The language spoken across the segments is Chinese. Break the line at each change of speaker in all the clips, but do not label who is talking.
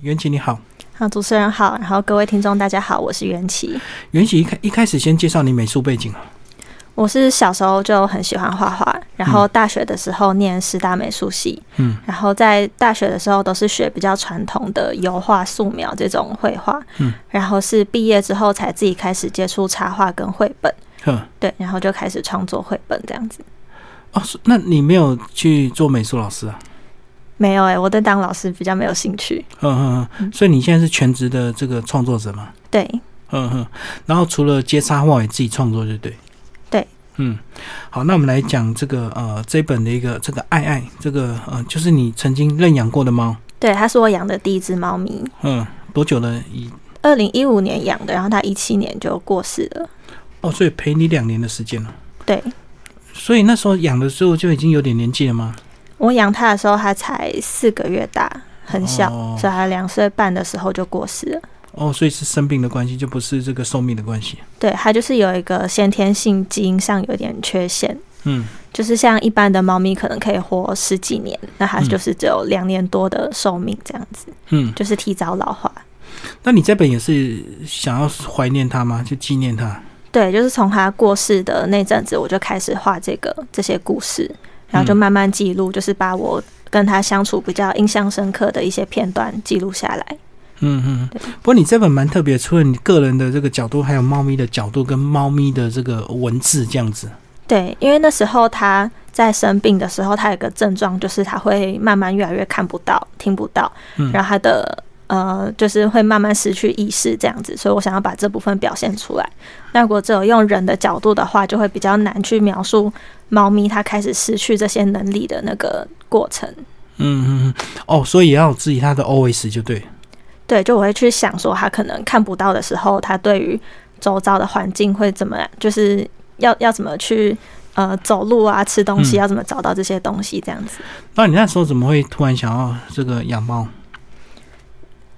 袁琪你好，
好，主持人好，然后各位听众大家好，我是袁琪。
袁琪一开一开始先介绍你美术背景啊。
我是小时候就很喜欢画画，然后大学的时候念师大美术系，
嗯，
然后在大学的时候都是学比较传统的油画、素描这种绘画，
嗯，
然后是毕业之后才自己开始接触插画跟绘本，
呵，
对，然后就开始创作绘本这样子。
哦，是那你没有去做美术老师啊？
没有哎、我对当老师比较没有兴趣，
嗯嗯嗯，
嗯
所以你现在是全职的这个创作者嘛？
对，
嗯嗯，然后除了接插画，也自己创作，就对。
对。
嗯，好，那我们来讲这个呃，这本的一个这个爱爱，这个呃，就是你曾经认养过的猫，
对，它是我养的第一只猫咪，
嗯，多久了？已
二零一五年养的，然后它一七年就过世了，
哦，所以陪你两年的时间了。
对。
所以那时候养的时候就已经有点年纪了吗？
我养它的时候，它才四个月大，很小，
哦
所以它两岁半的时候就过世了。
哦，所以是生病的关系，就不是这个寿命的关系。
对，它就是有一个先天性基因上有点缺陷，
嗯，
就是像一般的猫咪可能可以活十几年，那它
嗯
就是只有两年多的寿命这样子，
嗯，
就是提早老化。
那你这本也是想要怀念他吗？就纪念他？
对，就是从它过世的那阵子，我就开始画这个这些故事，然后就
嗯
慢慢记录，就是把我跟它相处比较印象深刻的一些片段记录下来。
嗯嗯。
对
不过你这本蛮特别，除了你个人的这个角度，还有猫咪的角度跟猫咪的这个文字这样子。
对，因为那时候他在生病的时候，他有个症状就是他会慢慢越来越看不到、听不到，
嗯
然后他的呃就是会慢慢失去意识这样子，所以我想要把这部分表现出来。那如果只有用人的角度的话，就会比较难去描述猫咪它开始失去这些能力的那个过程。
嗯嗯嗯。哦，所以也要有自己他的 OS 就对。
对，就我会去想说，他可能看不到的时候，他对于周遭的环境会怎么，就是要要怎么去呃走路啊、吃东西，
嗯
要怎么找到这些东西这样子。
那你那时候怎么会突然想要这个养猫？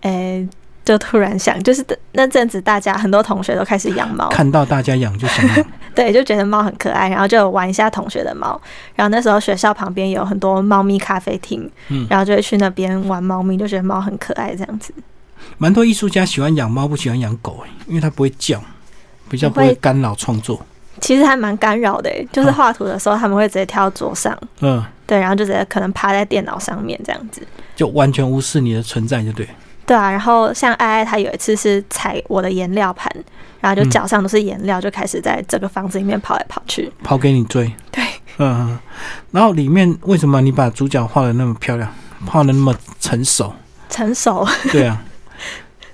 诶、哎就突然想，就是那阵子大家很多同学都开始养猫，
看到大家养就想 养。
对，就觉得猫很可爱，然后就有玩一下同学的猫。然后那时候学校旁边有很多猫咪咖啡厅，
嗯
然后就会去那边玩猫咪，就觉得猫很可爱这样子。
蛮多艺术家喜欢养猫，不喜欢养狗、欸，因为它不会叫，比较不
不
会
会
干扰创作。
其实还蛮干扰的欸、就是画图的时候他们会直接跳到桌上，
嗯，
对，然后就直接可能趴在电脑上面这样子。
就完全无视你的存在就对。
对啊，然后像爱爱，她有一次是踩我的颜料盘，然后就
嗯
脚上都是颜料，就开始在整个房子里面跑来跑去。
跑给你追。
对，
嗯，嗯然后里面为什么你把主角画的那么漂亮，画的那么成熟？
成熟
对啊，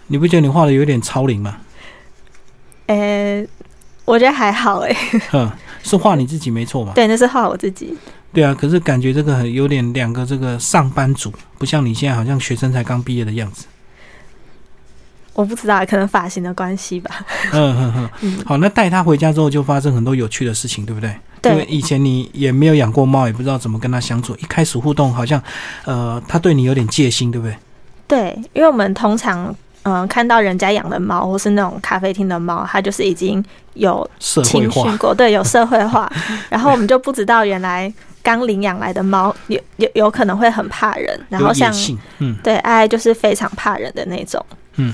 你不觉得你画的有点超龄 吗？
诶、我觉得还好诶、
嗯，是画你自己没错嘛？
对，那是画我自己。
对啊，可是感觉这个很有点两个这个上班族，不像你现在好像学生才刚毕业的 样子。
我不知道，可能发型的关系吧。
嗯哼哼，嗯
嗯
好，那带它回家之后就发生很多有趣的事情，对不对？因为
对
以前你也没有养过猫，也不知道怎么跟它相处。一开始互动好像，呃，它对你有点戒心，对不对？
对，因为我们通常嗯、呃看到人家养的猫，或是那种咖啡厅的猫，它就是已经有
社会
情绪
化，
过，对，有社会 化，然后我们就不知道原来刚领养来的猫有有有可能会很怕人，然后
有野
像
性，嗯
对爱爱就是非常怕人的那种。
嗯，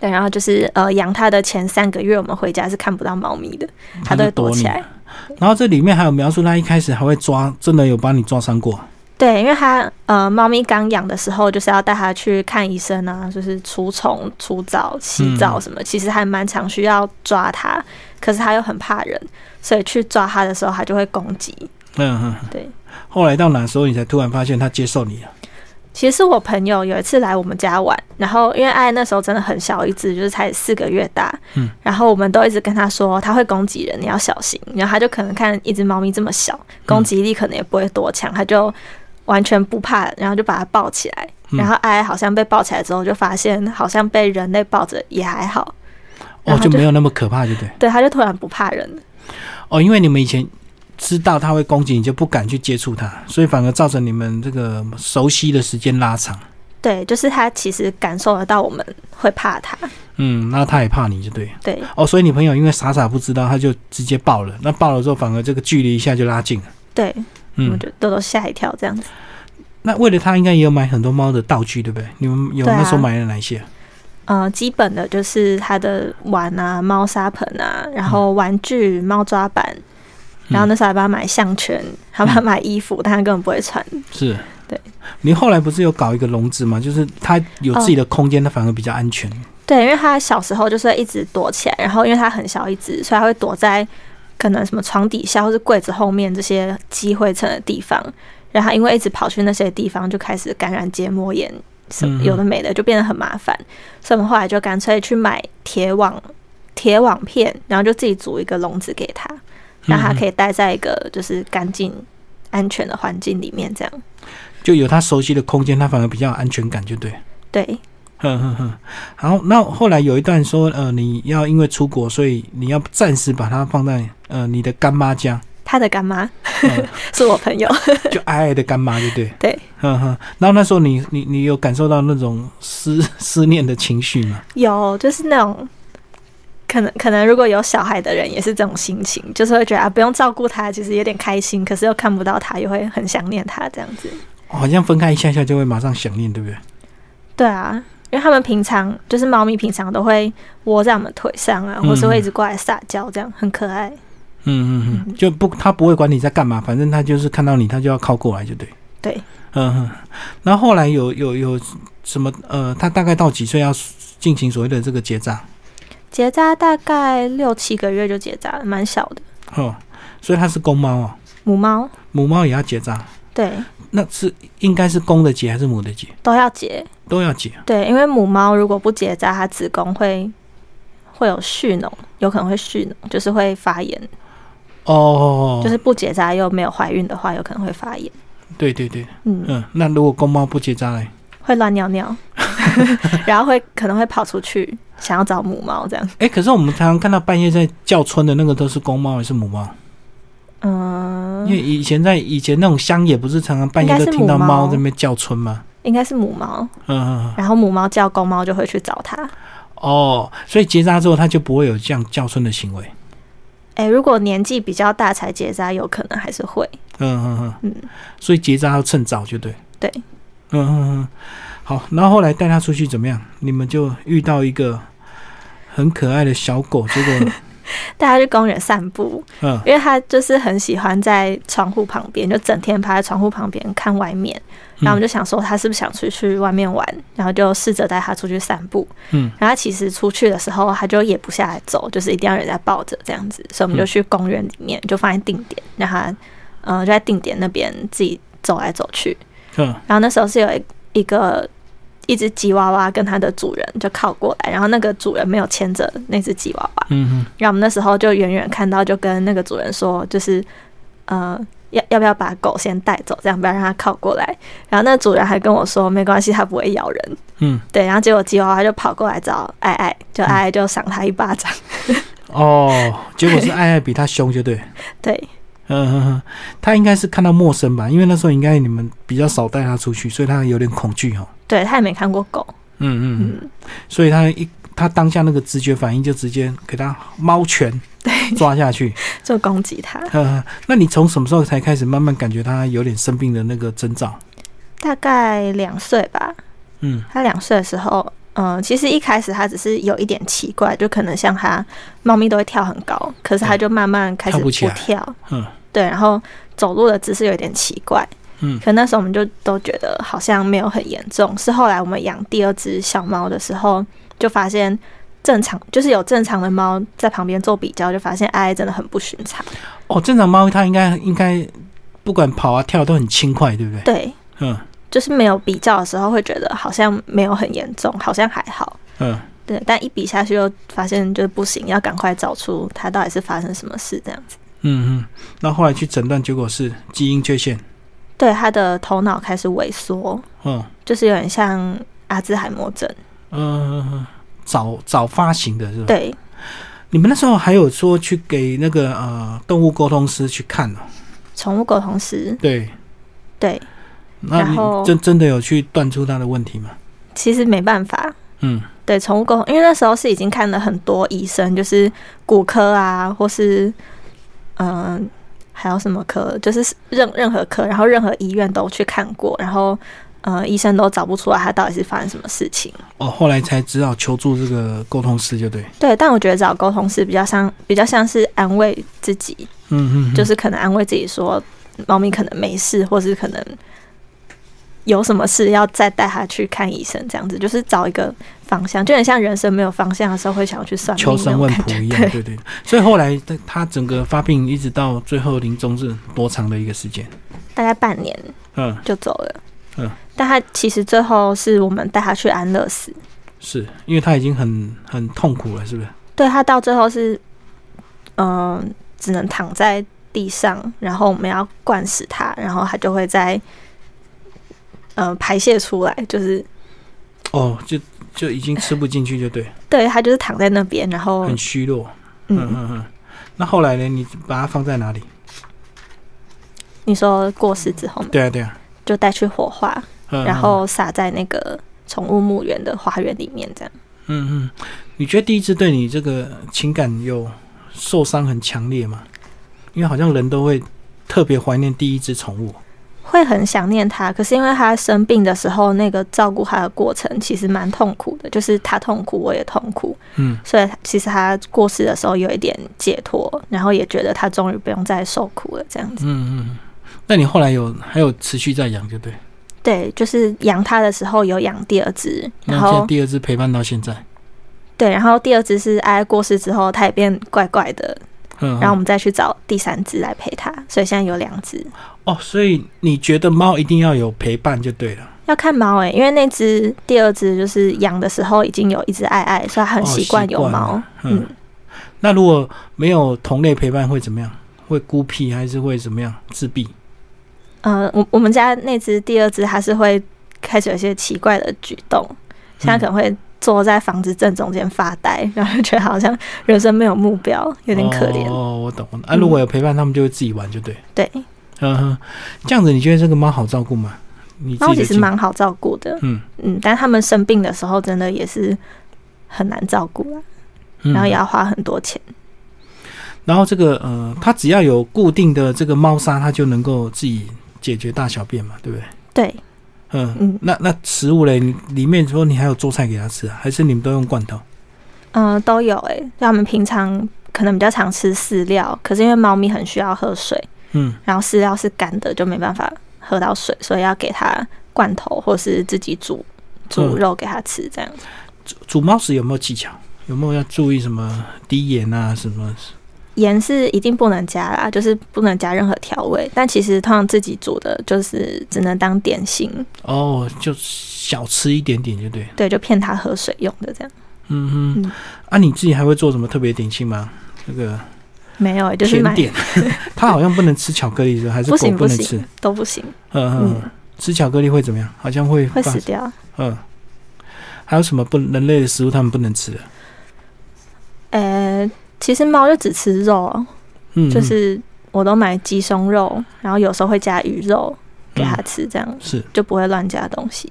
对，然后就是呃养它的前三个月，我们回家是看不到猫咪的，它都
就
会躲
躲
起
你
来。
然后这里面还有描述，他一开始还会抓，真的有把你抓伤过。
对，因为它呃，猫咪刚养的时候，就是要带它去看医生啊，就是除虫、除蚤、洗澡什么，其实还蛮常需要抓它。可是它又很怕人，所以去抓它的时候，它就会攻击。
嗯嗯。嗯
对。
后来到哪时候你才突然发现他接受你了？
其实是我朋友有一次来我们家玩，然后因为爱那时候真的很小一只，就是才四个月大，
嗯，
然后我们都一直跟他说它会攻击人，你要小心。然后他就可能看一只猫咪这么小，
嗯
攻击力可能也不会多强，他就完全不怕，然后就把它抱起来。
嗯
然后爱爱好像被抱起来之后，就发现好像被人类抱着也还好，
哦，
然后
就
就
没有那么可怕，对不对？
对，他就突然不怕人了。
哦，因为你们以前知道他会攻击，你就不敢去接触他，所以反而造成你们这个熟悉的时间拉长。
对，就是他其实感受得到我们会怕他，
嗯，那他也怕你就对。
对，
哦，所以你朋友因为傻傻不知道，他就直接爆了。那爆了之后，反而这个距离一下就拉近了。
对，我
嗯
们，就都都吓一跳这样子。
那为了它，应该也有买很多猫的道具，对不对？你们有
对啊
那时候买了哪一些？
呃，基本的就是它的碗啊、猫砂盆啊，然后玩具、猫抓板，然后那时候还帮他买项圈，还帮他买衣服，但他根本不会穿。
是，
对。
你后来不是有搞一个笼子嘛？就是它有自己的空间，它反而比较安全。
对，因为他小时候就是会一直躲起来，然后因为他很小一只，所以他会躲在可能什么床底下或是柜子后面这些积灰尘的地方。然后他因为一直跑去那些地方，就开始感染结膜炎，什
嗯
么
哼
有的没的，就变得很麻烦。所以我们后来就干脆去买铁网、铁网片，然后就自己组一个笼子给他，让
嗯
他可以待在一个就是干净、安全的环境里面。这样，
嗯就有它熟悉的空间，它反而比较有安全感，就对。
对，
哼哼哼。然后，那后来有一段说，呃，你要因为出国，所以你要暂时把它放在呃你的干妈家，
他的干妈、
嗯
是我朋友。
就爱爱的干妈，对不对？
对。
哼哼。然后那时候你你你有感受到那种思思念的情绪吗？
有，就是那种，可能可能如果有小孩的人也是这种心情，就是会觉得啊，不用照顾他，其实有点开心，可是又看不到他，又会很想念他这样子。
好像分开一下下就会马上想念，对不对？
对啊，因为他们平常就是猫咪，平常都会窝在我们腿上啊，或是会一直过来撒娇，这样很可爱。
嗯嗯嗯，就不，他不会管你在干嘛，反正他就是看到你，他就要靠过来，就对。
对，
嗯哼。然后后来有有有什么呃，他大概到几岁要进行所谓的这个结扎？
结扎大概六七个月就结扎了，蛮小的
哦，所以它是公猫哦，
母猫，
母猫也要结扎，
对，
那是应该是公的结还是母的结？
都要结。
都要结。
对，因为母猫如果不结扎，它子宫会会有蓄脓，有可能会蓄脓，就是会发炎。
哦，
就是不结扎又没有怀孕的话，有可能会发炎，
对对对，
嗯，
嗯，那如果公猫不结扎嘞？
会乱尿尿，然后会可能会跑出去想要找母猫这样，
哎，可是我们常常看到半夜在叫春的那个都是公猫还是母猫？
嗯
因，为以前在以前那种乡野，不是常常半夜
应该
都
是
听到
母猫
猫在那边叫春吗？
应该是母猫，
嗯嗯嗯。
然后母猫叫公猫就会去找它。
哦，所以结扎之后他就不会有这样叫春的行为。
哎，如果年纪比较大才结扎，有可能还是会，
嗯嗯嗯，
嗯，
所以结扎要趁早就对。
对。
嗯嗯嗯，好，然后后来带他出去怎么样？你们就遇到一个很可爱的小狗，结 果
带它去公园散步，
嗯
因为它就是很喜欢在窗户旁边，就整天趴在窗户旁边看外面。然后我们就想说，它是不是想出去外面玩？然后就试着带它出去散步。
嗯
然后他其实出去的时候，他就也不下来走，就是一定要人家抱着这样子，所以我们就去公园里面，就放在定点，让他嗯、呃就在定点那边自己走来走去。
嗯
然后那时候是有一一个一只吉娃娃跟它的主人就靠过来，然后那个主人没有牵着那只吉娃娃，
嗯嗯，
然后我们那时候就远远看到，就跟那个主人说，就是呃。要要不要把狗先带走，这样不要让它靠过来。然后那主人还跟我说，没关系，它不会咬人。
嗯
对，然后结果吉娃娃就跑过来找爱爱，就爱爱就赏他一巴掌。
哦，结果是爱爱比他凶就对。
对
嗯嗯嗯，他应该是看到陌生吧，因为那时候应该你们比较少带他出去，所以他有点恐惧哦。
对，他也没看过狗，
嗯嗯
嗯，
嗯，所以他一他当下那个直觉反应就直接给他猫拳
对，
抓下去。
就攻击他。
呵呵，那你从什么时候才开始慢慢感觉他有点生病的那个征兆？
大概两岁吧，
嗯
他两岁的时候，嗯、其实一开始他只是有一点奇怪，就可能像他猫咪都会跳很高，可是他就慢慢开
嗯
始
跳不
不
起来
跳，
嗯
对，然后走路的姿势有点奇怪。
嗯
可那时候我们就都觉得好像没有很严重，是后来我们养第二只小猫的时候，就发现正常就是有正常的猫在旁边做比较，就发现爱爱真的很不寻常。
哦，正常猫它应该应该不管跑啊跳都很轻快，对不对？
对，
嗯
就是没有比较的时候会觉得好像没有很严重，好像还好。
嗯，
对，但一比下去又发现就是不行，要赶快找出它到底是发生什么事这样子。
嗯嗯。那后来去诊断结果是基因缺陷。
对，它的头脑开始萎缩，
嗯
就是有点像阿兹海默症。
嗯、呃，早早发行的是吧？。
对，
你们那时候还有说去给那个呃动物沟通师去看哦。
宠物狗同时
对。
对，
那
然后
你真真的有去断出他的问题吗？
其实没办法，
嗯
对，宠物沟通，因为那时候是已经看了很多医生，就是骨科啊，或是嗯、还有什么科，就是任任何科，然后任何医院都去看过，然后呃，医生都找不出来他到底是发生什么事情。
哦，后来才只好求助这个沟通师，就对。
对，但我觉得找沟通师比较像，比较像是安慰自己，
嗯嗯，嗯
就是可能安慰自己说，猫咪可能没事，或是可能有什么事要再带它去看医生，这样子，就是找一个方向，就很像人生没有方向的时候会想要去算命
求
那
神
种
问
感
卜
觉。
一样，
对，
对对。所以后来他他整个发病一直到最后临终是多长的一个时间？
大概半年
嗯，
就走了。
嗯，
但他其实最后是我们带他去安乐死，
是因为他已经很很痛苦了，是不是？
对他到最后是，嗯、只能躺在地上，然后我们要灌死他，然后他就会在，呃，排泄出来，就是
哦，就就已经吃不进去，就对，
对他就是躺在那边，然后
很虚弱。嗯
哦嗯，
嗯嗯。那后来呢？你把它放在哪里？
你说过世之后嘛，
对啊，对啊。
就带去火化，
嗯、
然后撒在那个宠物墓园的花园里面，这样。
嗯，嗯嗯，你觉得第一次对你这个情感有受伤很强烈吗？因为好像人都会特别怀念第一只宠物。
会很想念他，可是因为他生病的时候，那个照顾他的过程其实蛮痛苦的，就是他痛苦，我也痛苦，
嗯，
所以其实他过世的时候有一点解脱，然后也觉得他终于不用再受苦了，这样子。
嗯嗯，那你后来有还有持续在养，就对。
对，就是养他的时候有养第二只，
那
然
现在
后
第二只陪伴到现在，
对，然后第二只是哀哀过世之后，它也变怪怪的，
嗯，
然后我们再去找第三只来陪它，所以现在有两只。
哦，所以你觉得猫一定要有陪伴就对了，
要看猫诶、因为那只第二只就是养的时候已经有一只爱爱，所以它很
哦
习惯
习
有
惯了
猫。
嗯。那如果没有同类陪伴会怎么样？会孤僻还是会怎么样？自闭？
呃，我我们家那只第二只，它是会开始有一些奇怪的举动，
嗯
现在可能会坐在房子正中间发呆， 然后就觉得好像人生没有目标，有点可怜。
哦，我懂。我懂啊，如果有陪伴，他们就会自己玩，就对。
对，
嗯哼，这样子你觉得这个猫好照顾吗？你自
猫
己
其
的
实
经
蛮好照顾的，
嗯，
嗯，但它们生病的时候真的也是很难照顾啦，
嗯
然后也要花很多钱。
然后这个呃，它只要有固定的这个猫砂，它就能够自己解决大小便嘛，对不对？
对，
嗯，
嗯
那那食物嘞，你里面说你还有做菜给它吃啊，还是你们都用罐头？
嗯、都有诶、欸，它们平常可能比较常吃饲料，可是因为猫咪很需要喝水，
嗯，
然后饲料是干的，就没办法喝到水，所以要给它罐头或是自己煮
嗯
煮肉给它吃，这样子。
煮煮猫食有没有技巧？有没有要注意什么低盐啊什么？
盐是一定不能加啦，就是不能加任何调味。但其实通常自己煮的，就是只能当点心，
哦，就小吃一点点就对。
对，就骗它喝水用的这样。
嗯哼，
嗯
啊，你自己还会做什么特别点心吗？这个
没有、欸，就是
甜
买
点， 它好像不能吃巧克力是吧还是
不
狗
行
不
不
能吃
行？都不行，
嗯嗯，吃巧克力会怎么样？好像会
会
发
死掉。
嗯，还有什么不人类的食物它们不能吃的？
呃、其实猫就只吃肉啊，
嗯，
就
嗯
是我都买鸡胸肉，然后有时候会加鱼肉给它吃，这样、
嗯是。
就不会乱加东西。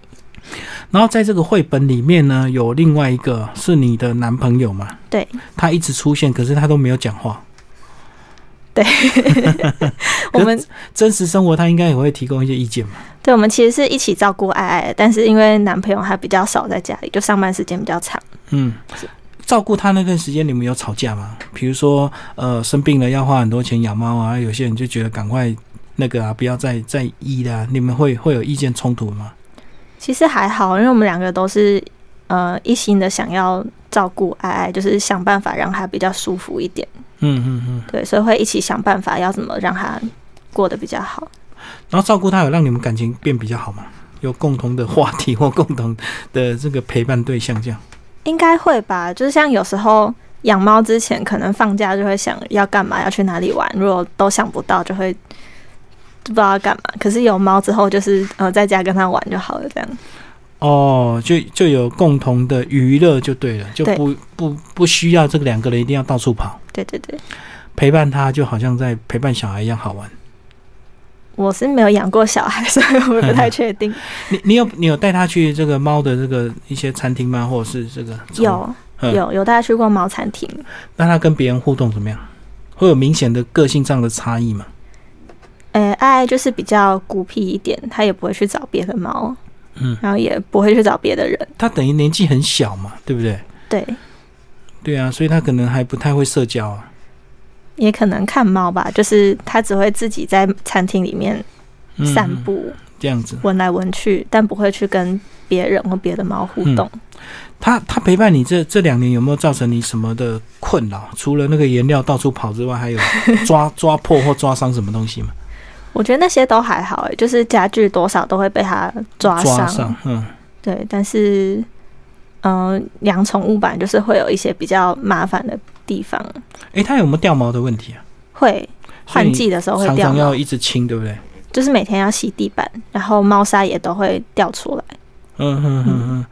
然后在这个绘本里面呢，有另外一个是你的男朋友嘛？
对，
他一直出现，可是他都没有讲话。
我们
真实生活他应该也会提供一些意见嘛？
对，我们其实是一起照顾爱爱的，但是因为男朋友他比较少在家里，就上班时间比较长。
嗯
是。
照顾他那段时间，你们有吵架吗？比如说，呃，生病了要花很多钱养猫啊，有些人就觉得赶快那个啊，不要再再医啦、你们会会有意见冲突吗？
其实还好，因为我们两个都是呃一心的想要照顾爱爱，就是想办法让他比较舒服一点。
嗯嗯嗯。
对，所以会一起想办法要怎么让他过得比较好。
然后照顾他有让你们感情变比较好吗？有共同的话题或共同的这个陪伴对象这样？
应该会吧，就是像有时候养猫之前，可能放假就会想要干嘛，要去哪里玩，如果都想不到，就会。不知道要干嘛，可是有猫之后，就是呃，在家跟它玩就好了，这样。
哦，就就有共同的娱乐就对了，就
对
不不不需要这个两个人一定要到处跑，
对对对。
陪伴他就好像在陪伴小孩一样好玩。
我是没有养过小孩， 所以我不太确 定。
你你有你有带他去这个猫的这个一些餐厅吗？或者是这个宠物
有
嗯
有有带他去过猫餐厅，
那他跟别人互动怎么样？会有明显的个性上的差异吗？
爱嗯哎就是比较孤僻一点，它也不会去找别的猫，
嗯，
然后也不会去找别的人。
它等于年纪很小嘛，对不对？
对，
对啊，所以它可能还不太会社交啊。
也可能看猫吧，就是它只会自己在餐厅里面
嗯
散步，
这样子，
闻来闻去，但不会去跟别人或别的猫互动。
嗯它它陪伴你这这两年有没有造成你什么的困扰？除了那个颜料到处跑之外， 还有抓抓破或抓伤什么东西吗？
我觉得那些都还好、欸，就是家具多少都会被它抓
抓
伤。
伤，嗯，
对，但是，嗯、养宠物版就是会有一些比较麻烦的地方，
诶，它有没有掉毛的问题啊？
会
所以
换
你
季的时候会
常
掉
常
毛，
要一直清，对不对？
就是每天要洗地板，然后猫砂也都会掉出来。
嗯哼哼哼，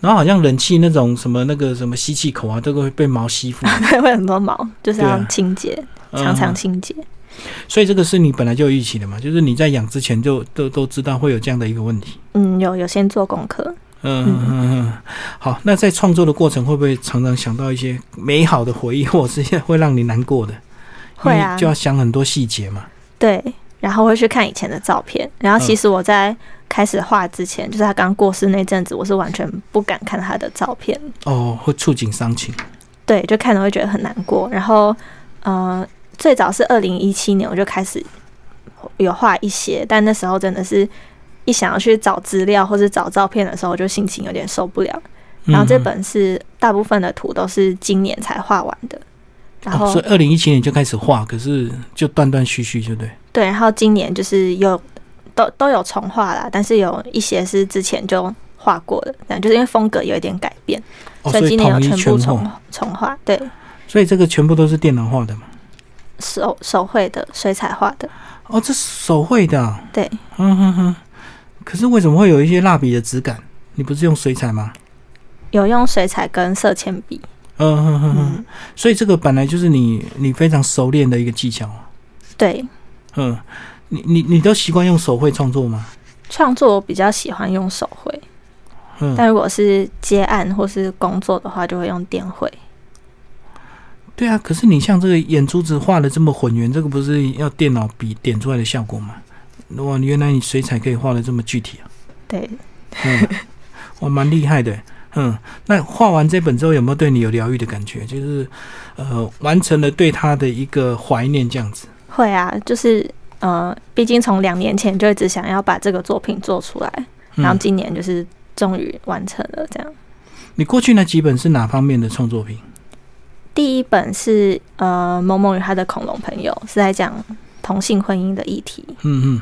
然后好像冷气那种什么那个什么吸气口啊，都会被毛吸附，
对，会很多毛，就是
对
要
啊
清洁， 常常
嗯
清洁。
所以这个是你本来就有预期的嘛，就是你在养之前就都都知道会有这样的一个问题。
嗯，有有先做功课，
嗯嗯嗯，嗯好，那在创作的过程会不会常常想到一些美好的回忆，或者是一些会让你难过的？
会
因
啊
为就，要想很多细节嘛。
对，然后会去看以前的照片。然后其
嗯
实我在开始画之前，就是他刚过世那阵子，我是完全不敢看他的照片，
哦，会触景伤情。
对，就看了会觉得很难过。然后，呃，最早是二零一七年我就开始有画一些，但那时候真的是一想要去找资料或者找照片的时候，我就心情有点受不了。
嗯
然后这本是大部分的图都是今年才画完的，然
嗯、哦，
后
所以二零一七年就开始画，可是就断断续续，就对。
对，然后今年就是有都都有重画啦，但是有一些是之前就画过的，但就是因为风格有一点改变，
哦，
所
所
以今年有
统一
全
全
部重
画，
重画，对，
所以这个全部都是电脑画的嘛。
手手绘的水彩画的，
哦，这手绘的、啊。
对。
嗯哼哼。可是为什么会有一些蜡笔的质感？你不是用水彩吗？
有用水彩跟色铅笔，
嗯哼哼哼。
嗯，
所以这个本来就是你你非常熟练的一个技巧。啊
对，
嗯，你你你都习惯用手绘创作吗？
创作我比较喜欢用手绘，
嗯，
但如果是接案或是工作的话，就会用电绘。
对啊。可是你像这个眼珠子画的这么浑圆，这个不是要电脑笔点出来的效果吗？哇，原来你水彩可以画的这么具体啊！
对，
嗯，哇，蛮厉害的。嗯，那画完这本之后，有没有对你有疗愈的感觉？就是，呃，完成了对他的一个怀念，这样子。
会啊，就是呃，毕竟从两年前就一直想要把这个作品做出来，然后
嗯，
今年就是终于完成了。这样，
你过去那几本是哪方面的创作品？
第一本是呃《萌萌与他的恐龙朋友》，是在讲同性婚姻的议题。
嗯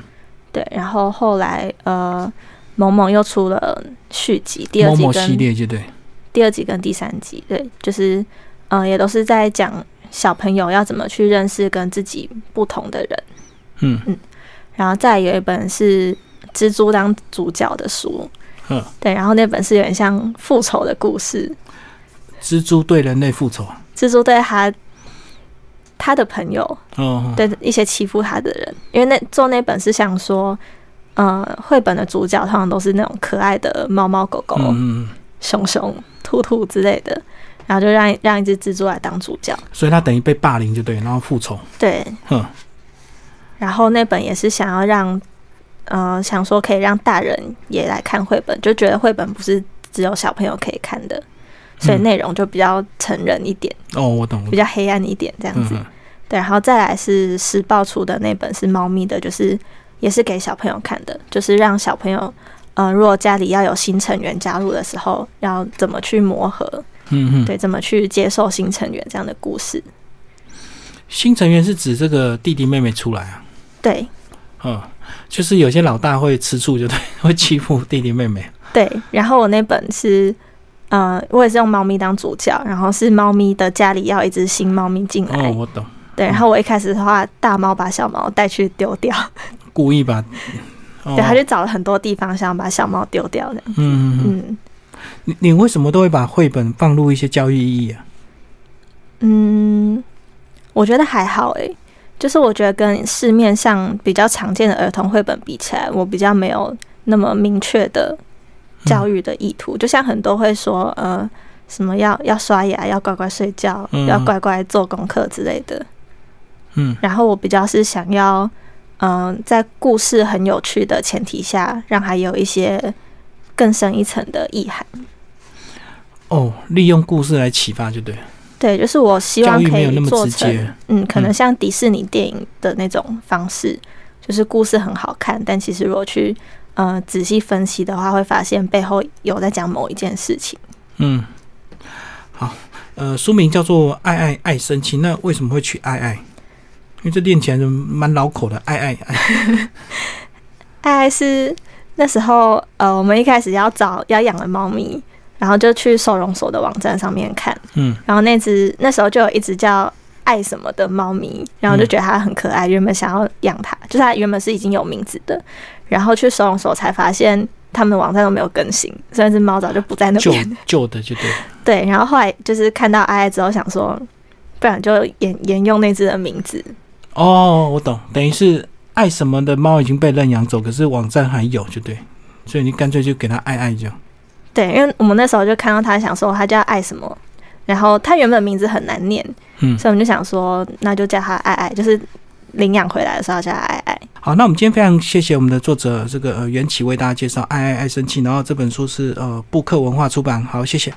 对，然后后来呃，萌萌又出了续集，第
嗯，
二
某
集
某
跟
系列就对。
第二集跟第三集，对，就是嗯、呃也都是在讲小朋友要怎么去认识跟自己不同的人。
嗯
然后再有一本是蜘蛛当主角的书，
嗯，
对，然后那本是有点像复仇的故事，
蜘蛛对人类复仇。哦
蜘蛛对他他的朋友，
哦，
对一些欺负他的人，因为那做那本是想说。呃，绘本的主角通常都是那种可爱的猫猫狗狗、
嗯嗯，嗯
熊熊、兔兔之类的，然后就让让一只蜘蛛来当主角。
所以他等于被霸凌就对，然后复仇。
对
哼，
然后那本也是想要让，呃，想说可以让大人也来看绘本，就觉得绘本不是只有小朋友可以看的，所以
嗯
内容就比较成人一点，
哦，我懂，我
比
懂。
较黑暗一点这样
嗯
子。
哼
对，然后再来是时报出的那本是猫咪的，就是也是给小朋友看的，就是让小朋友，呃，如果家里要有新成员加入的时候，要怎么去磨合，
嗯哼，
对，怎么去接受新成员这样的故事。
新成员是指这个弟弟妹妹出来啊。
对
嗯，就是有些老大会吃醋，就对， 会欺负弟弟妹妹。
对，然后我那本是，呃，我也是用猫咪当主角，然后是猫咪的家里要一只新猫咪进来，
哦，我懂，
对，然后我一开始的话，大猫把小猫带去丢掉，
故意把。哦
对，他就找了很多地方想要把小猫丢掉的，
嗯，嗯嗯
嗯
你你为什么都会把绘本放入一些教育意义啊？
嗯，我觉得还好诶、就是我觉得跟市面上比较常见的儿童绘本比起来，我比较没有那么明确的教
育，
育的意图，就像很多会说，呃，什么要要刷牙，要乖乖睡觉，
嗯
要乖乖做功课之类的。
嗯
然后我比较是想要，嗯、在故事很有趣的前提下，让它有一些更深一层的意涵。
哦，利用故事来启发就对了，
对，就是我希
教
望
育
可
没有
以
那么
做
直
成
接。
嗯，可
嗯
能像迪士尼电影的那种方式，就是故事很好看，但其实如果去呃仔细分析的话，会发现背后有在讲某一件事情。
嗯，好，呃，书名叫做《爱爱爱生气》，那为什么会取爱爱？因为这练起来就蛮老口的，爱爱爱。
爱爱是那时候呃，我们一开始要找要养的猫咪，然后就去收容所的网站上面看，
嗯
然后那只那时候就有一只叫。爱什么的猫咪，然后就觉得它很可爱，原本想要养它，就是它原本是已经有名字的，然后去收容所才发现他们的网站都没有更新，所以那只猫早就不在
嗯
那
旧
边
旧的就对了，
对，然后后来就是看到爱爱之后，想说，不然就沿沿用那只的名字。
哦，我懂，等于是爱什么的猫已经被认养走，可是网站还有，就对，所以你干脆就给它爱爱这样。
对，因为我们那时候就看到他，想说他叫爱什么，然后他原本名字很难念，
嗯，
所以我们就想说，那就叫他爱爱，就是领养回来的时候叫他爱爱。
好，那我们今天非常谢谢我们的作者这个呃缘起为大家介绍《爱爱爱生气》，然后这本书是呃布克文化出版，好，谢谢。